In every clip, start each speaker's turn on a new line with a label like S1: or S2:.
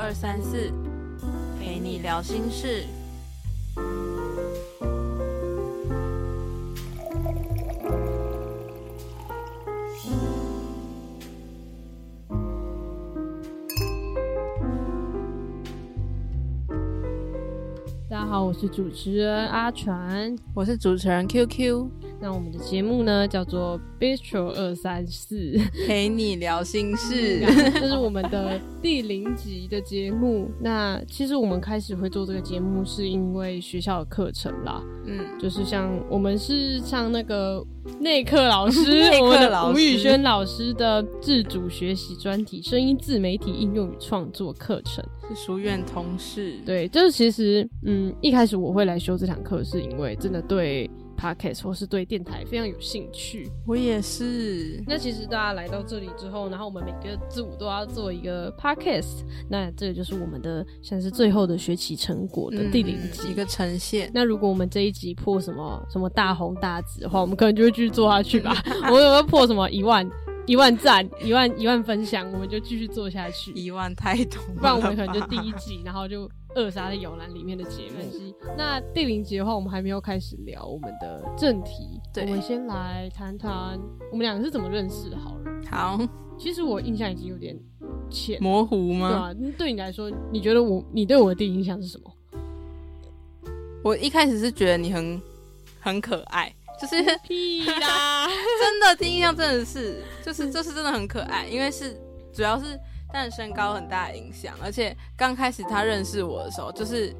S1: 二三四，陪你聊心事。
S2: 大家好，我是主持人阿传。
S1: 我是主持人 QQ，
S2: 那我们的节目呢叫做 Bistro 二 三四，
S1: 陪你聊心事。
S2: 这是我们的第零集的节目。那其实我们开始会做这个节目，是因为学校的课程啦，
S1: 嗯，
S2: 就是像我们是上那个内课老 师，
S1: 内课
S2: 我们的
S1: 老
S2: 吴宇
S1: 师
S2: 轩老师的自主学习专题声音自媒体应用与创作课程。
S1: 嗯是书院同事。，
S2: 对，就是其实，嗯，一开始我会来修这堂课，是因为真的对 podcast 或是对电台非常有兴趣。
S1: 我也是。
S2: 那其实大家来到这里之后，然后我们每个组都要做一个 podcast，那这个就是我们的像是最后的学期成果的第零
S1: 嗯
S2: 集。
S1: 一个呈现，
S2: 那如果我们这一集破什么什么大红大紫的话，我们可能就会继续做下去吧。 我们有没有破什么一万一万赞、一万一万分享，我们就继续做下去。
S1: 一万太多了吧，嗯
S2: 不然我们可能就第一季，然后就扼杀在摇篮里面的节目。那第零集的话，我们还没有开始聊我们的正题，
S1: 对
S2: 我们先来谈谈我们两个是怎么认识的好了。
S1: 好
S2: 其实我印象已经有点浅，
S1: 模糊
S2: 对
S1: 吗？
S2: 啊，那对你来说，你觉得我你对我的第一印象是 什么？
S1: 我一开始是觉得你很很可爱，就是
S2: 屁啦！
S1: 真的，第一印象真的是，就是就是真的很可爱，因为是主要是但身高很大的影响，而且刚开始他认识我的时候，就是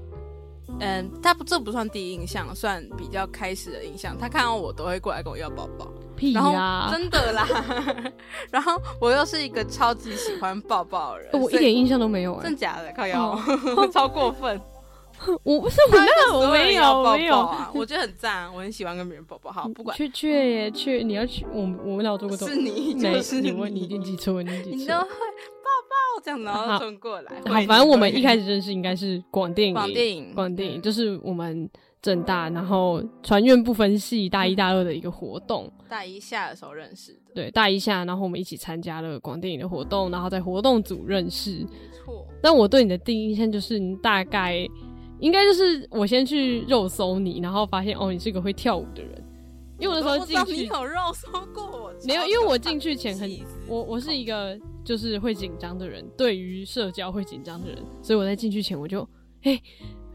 S1: 嗯，他不这不算第一印象，算比较开始的印象。他看到我都会过来跟我要抱抱，
S2: 屁
S1: 然后
S2: 啦！
S1: 真的啦， 然后我又是一个超级喜欢抱抱的人，
S2: 呃哦我一
S1: 所以
S2: 点印象都没有哎、
S1: 真假的靠腰， 超过分。
S2: 我不是 我那
S1: 所
S2: 我没
S1: 人要
S2: 有
S1: 抱
S2: 没
S1: 抱
S2: 有，
S1: 啊，我觉得很赞啊，我很喜欢跟别人抱抱。好，不管
S2: 去去耶去，你要去我们我们俩有做过这
S1: 是
S2: 种，
S1: 你
S2: 没
S1: 就是
S2: 你问你一定记错，你一定记
S1: 你
S2: 错
S1: 都。会抱抱这样，然后
S2: 好
S1: 冲过来。
S2: 好，反正我们一开
S1: 始
S2: 始认识应该是广电影，
S1: 广电影，
S2: 广电影就是我们正大，然后传院不分系大一大二的一个活动，
S1: 大一下的时候认识的，
S2: 对，大一下，然后我们一起参加了广电影的活动，然后在活动组认识。
S1: 没错，
S2: 但我对你的第一印象就是你大概应该就是我先去肉搜你，然后发现哦，你是个会跳舞的人，因为我那时
S1: 我
S2: 候
S1: 知道
S2: 进
S1: 你
S2: 去
S1: 有肉搜过我，
S2: 没有，因为我进去前很
S1: 气死，
S2: 我我是一个就是会紧张的人，对于社交会紧张的人，所以我在进去前我就，哎、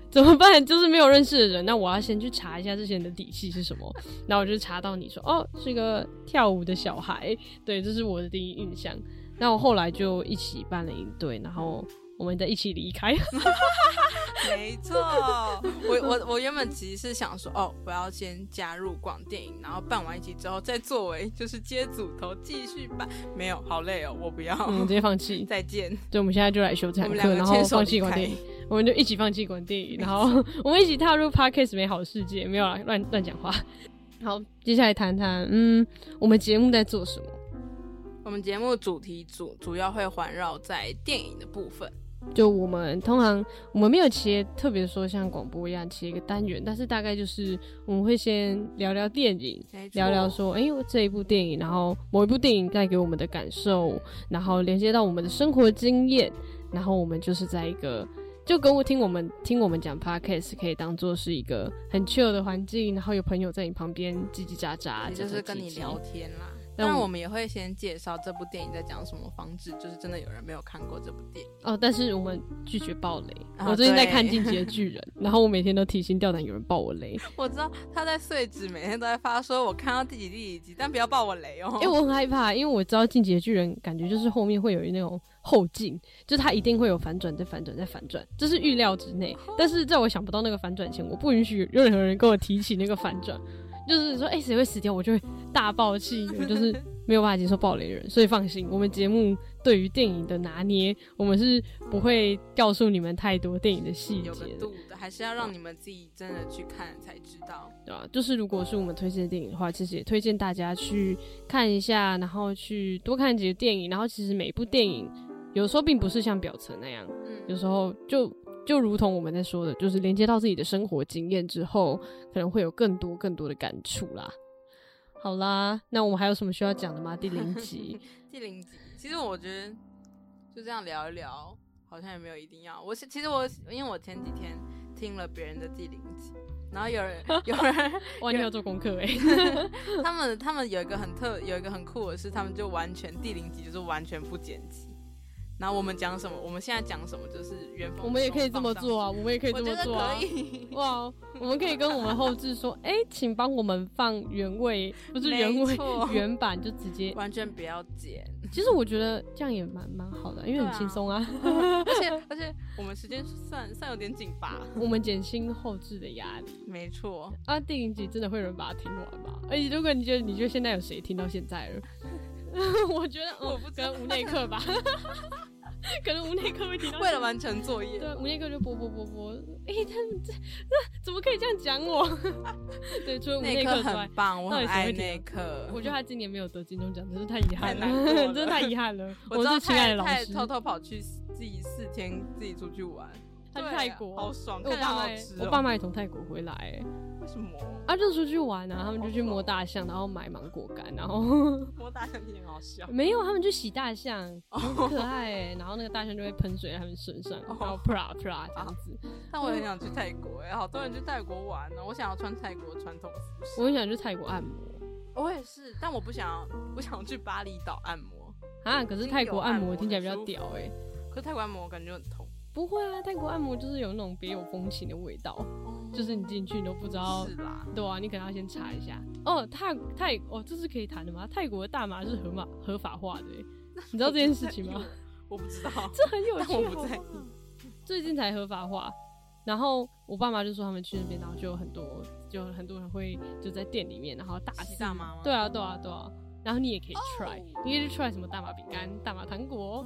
S2: 怎么办？就是没有认识的人，那我要先去查一下这些人的底细是什么。然后我就查到你说，哦，是个跳舞的小孩，对，这是我的第一印象。那我后来就一起办了一队，然后我们再一起离 开。
S1: 没错，我我我原本其实是想说，哦，我要先加入广电影，然后办完一集之后再作为就是接组头继续办，没有，好累哦，我不要，
S2: 嗯，直接放弃。
S1: 再见，
S2: 对，我们现在就来修这
S1: 我
S2: 堂
S1: 们
S2: 课，
S1: 两个
S2: 然后
S1: 牵手
S2: 放弃
S1: 离
S2: 广
S1: 开
S2: 电影。，我们就一起放弃滚地，然后 我们一起踏入 podcast 美好世界。没有啦，乱乱讲话。好，接下来谈谈，嗯，我们节目在做什么？
S1: 我们节目主题组主要会环绕在电影的部分，
S2: 就我们通常我们没有切，特别说像广播一样切一个单元，但是大概就是我们会先聊聊电影，
S1: 没错
S2: 聊聊说，哎、我这一部电影，然后某一部电影带给我们的感受，然后连接到我们的生活经验，然后我们就是在一个。就跟我听我们听我们讲 podcast 可以当做是一个很 chill 的环境，然后有朋友在你旁边叽叽喳喳，
S1: 也就
S2: 讲
S1: 是
S2: 讲
S1: 跟
S2: 叽
S1: 你
S2: 叽
S1: 聊天啦。当
S2: 但
S1: 然，
S2: 我
S1: 我们也会先介绍这部电影在讲什么方式，就是真的有人没有看过这部电影。
S2: 哦，但是我们拒绝爆雷。
S1: 啊
S2: 我最近在
S1: 对
S2: 看《进击的巨人》，然后我每天都提心吊胆有人爆我雷，
S1: 我知道他在碎纸每天都在发，说我看到第几第几集，但不要爆我雷哦。
S2: 因为哎我很害怕，因为我知道《进击的巨人》感觉就是后面会有那种后劲，就是它一定会有反转，再反转，再反转，这是预料之内。但是在我想不到那个反转前，我不允许有任何人跟我提起那个反转。就是说，哎、谁会死掉，我就会大爆气，我就是没有办法接受暴雷的人。所以放心，我们节目对于电影的拿捏，我们是不会告诉你们太多电影的细节
S1: 有个
S2: 的。
S1: 度的，还是要让你们自己真的去看才知道。
S2: 对啊，就是如果是我们推荐的电影的话，其实也推荐大家去看一下，然后去多看几个电影。然后其实每一部电影有时候并不是像表层那样，有
S1: 嗯，
S2: 时候就就如同我们在说的，就是连接到自己的生活经验之后，可能会有更多更多的感触啦。好啦，那我们还有什么需要讲的吗？第零集
S1: 第零集，其实我觉得就这样聊一聊，好像也没有一定要。我是其实我因为我前几天听了别人的第零集，然后有人 有人
S2: 哇，你有做功课哎、
S1: 他们他们有一个很特有一个很酷的是，他们就完全第零集就是完全不剪辑。然后我们讲什么，我们现在讲什么就是原封。
S2: 我们也可以这么做啊，我们也可以
S1: 我
S2: 这
S1: 觉
S2: 么
S1: 得
S2: 做啊
S1: 可。以。
S2: 哇，我们可以跟我们后置说，哎、请帮我们放原 位，不是
S1: 没
S2: 原位
S1: 错，
S2: 原版就直接。
S1: 完全不要 剪，
S2: 其实我觉得这样也蛮蛮好的，因为
S1: 对
S2: 很
S1: 啊
S2: 轻 松啊。
S1: 而且而且我们时间算算有点紧吧，
S2: 我们减轻后置的压力
S1: 没错，
S2: 啊。第零集真的会有人把它听完吧？而且如果你觉得你觉得现在有谁听到现在了， 我觉得
S1: 我
S2: 嗯，
S1: 不知
S2: 可
S1: 道
S2: 能无内课吧， 可能无内课 会听到。
S1: 为了完成作业，
S2: 对，无内课就播播播播，哎、他们这这怎么可以这样讲我？ 对，除了无
S1: 那一
S2: 内
S1: 刻
S2: 课之外
S1: 很，棒，我很爱
S2: 到底谁
S1: 那一
S2: 会
S1: 刻。
S2: 我觉得他今年没有得金钟奖，真是太遗
S1: 太
S2: 憾
S1: 难过了
S2: 真的太遗憾了。
S1: 我知道
S2: 是亲爱的老
S1: 太太
S2: 师，
S1: 偷偷跑去自己四天自己出去玩，
S2: 他去
S1: 对啊
S2: 泰国，
S1: 好爽，
S2: 哎我
S1: 看起来
S2: 爸
S1: 好
S2: 妈
S1: 好
S2: 也
S1: 吃
S2: 我
S1: 哦
S2: 爸妈也从泰国回来、欸，
S1: 为什么
S2: 啊，就出去玩啊，他们就去
S1: 好爽
S2: 摸大象，然后买芒果干，然后
S1: 我打小你很好笑？
S2: 没有，他们去洗大象，很可爱、欸，然后那个大象就会喷水在他们身上，然后
S1: 哦哦
S2: 啪啦啪啦这样子。
S1: 但我也很想去泰国哎，好多人去泰国玩呢，我想要穿泰国传统服饰。
S2: 我很想去泰国按摩
S1: 我也是，但我不想要，我想要去巴厘岛按摩，
S2: 啊，可是
S1: 已经
S2: 泰
S1: 有
S2: 国
S1: 按
S2: 摩
S1: 摩
S2: 听起来
S1: 很
S2: 比较
S1: 舒服
S2: 屌哎、欸
S1: 可是泰国按摩我感觉很痛，
S2: 不会啊，泰国按摩就是有那种别有风情的味道，就是你进去你都不知道
S1: 是啦，
S2: 对啊，你可能要先查一下。哦，泰泰哦，这是可以谈的吗？泰国的大麻是合法合法化的耶，你知道这件事情吗？
S1: 我不知道，
S2: 这很有
S1: 但
S2: 趣，
S1: 我不
S2: 好
S1: 在
S2: 好
S1: 意。
S2: 最近才合法化。然后我爸妈就说他们去那边，然后就有很多就有很多人会就在店里面，然后大
S1: 吸
S2: 肆
S1: 大麻吗
S2: 对啊，对啊，对啊。然后你也可以 try，、
S1: 哦
S2: 你可以去 try 什么大麻饼干、大麻糖果，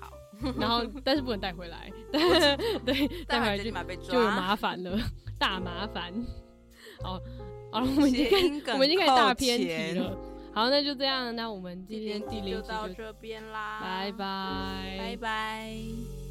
S1: 好，
S2: 然后但是不能带回 来， 对，带
S1: 但
S2: 回
S1: 还
S2: 来
S1: 是
S2: 就
S1: 立马被
S2: 就有
S1: 抓，
S2: 麻烦了，大麻烦。好，好了，我们已经
S1: 谐音
S2: 开，
S1: 梗
S2: 我们已经开始大
S1: 扣
S2: 偏题
S1: 钱
S2: 了。好，那就这样，那我们今
S1: 今
S2: 天
S1: 天
S2: 第
S1: 第
S2: 零
S1: 就
S2: 集
S1: 到
S2: 就
S1: 这边啦，
S2: 拜拜，
S1: 拜拜。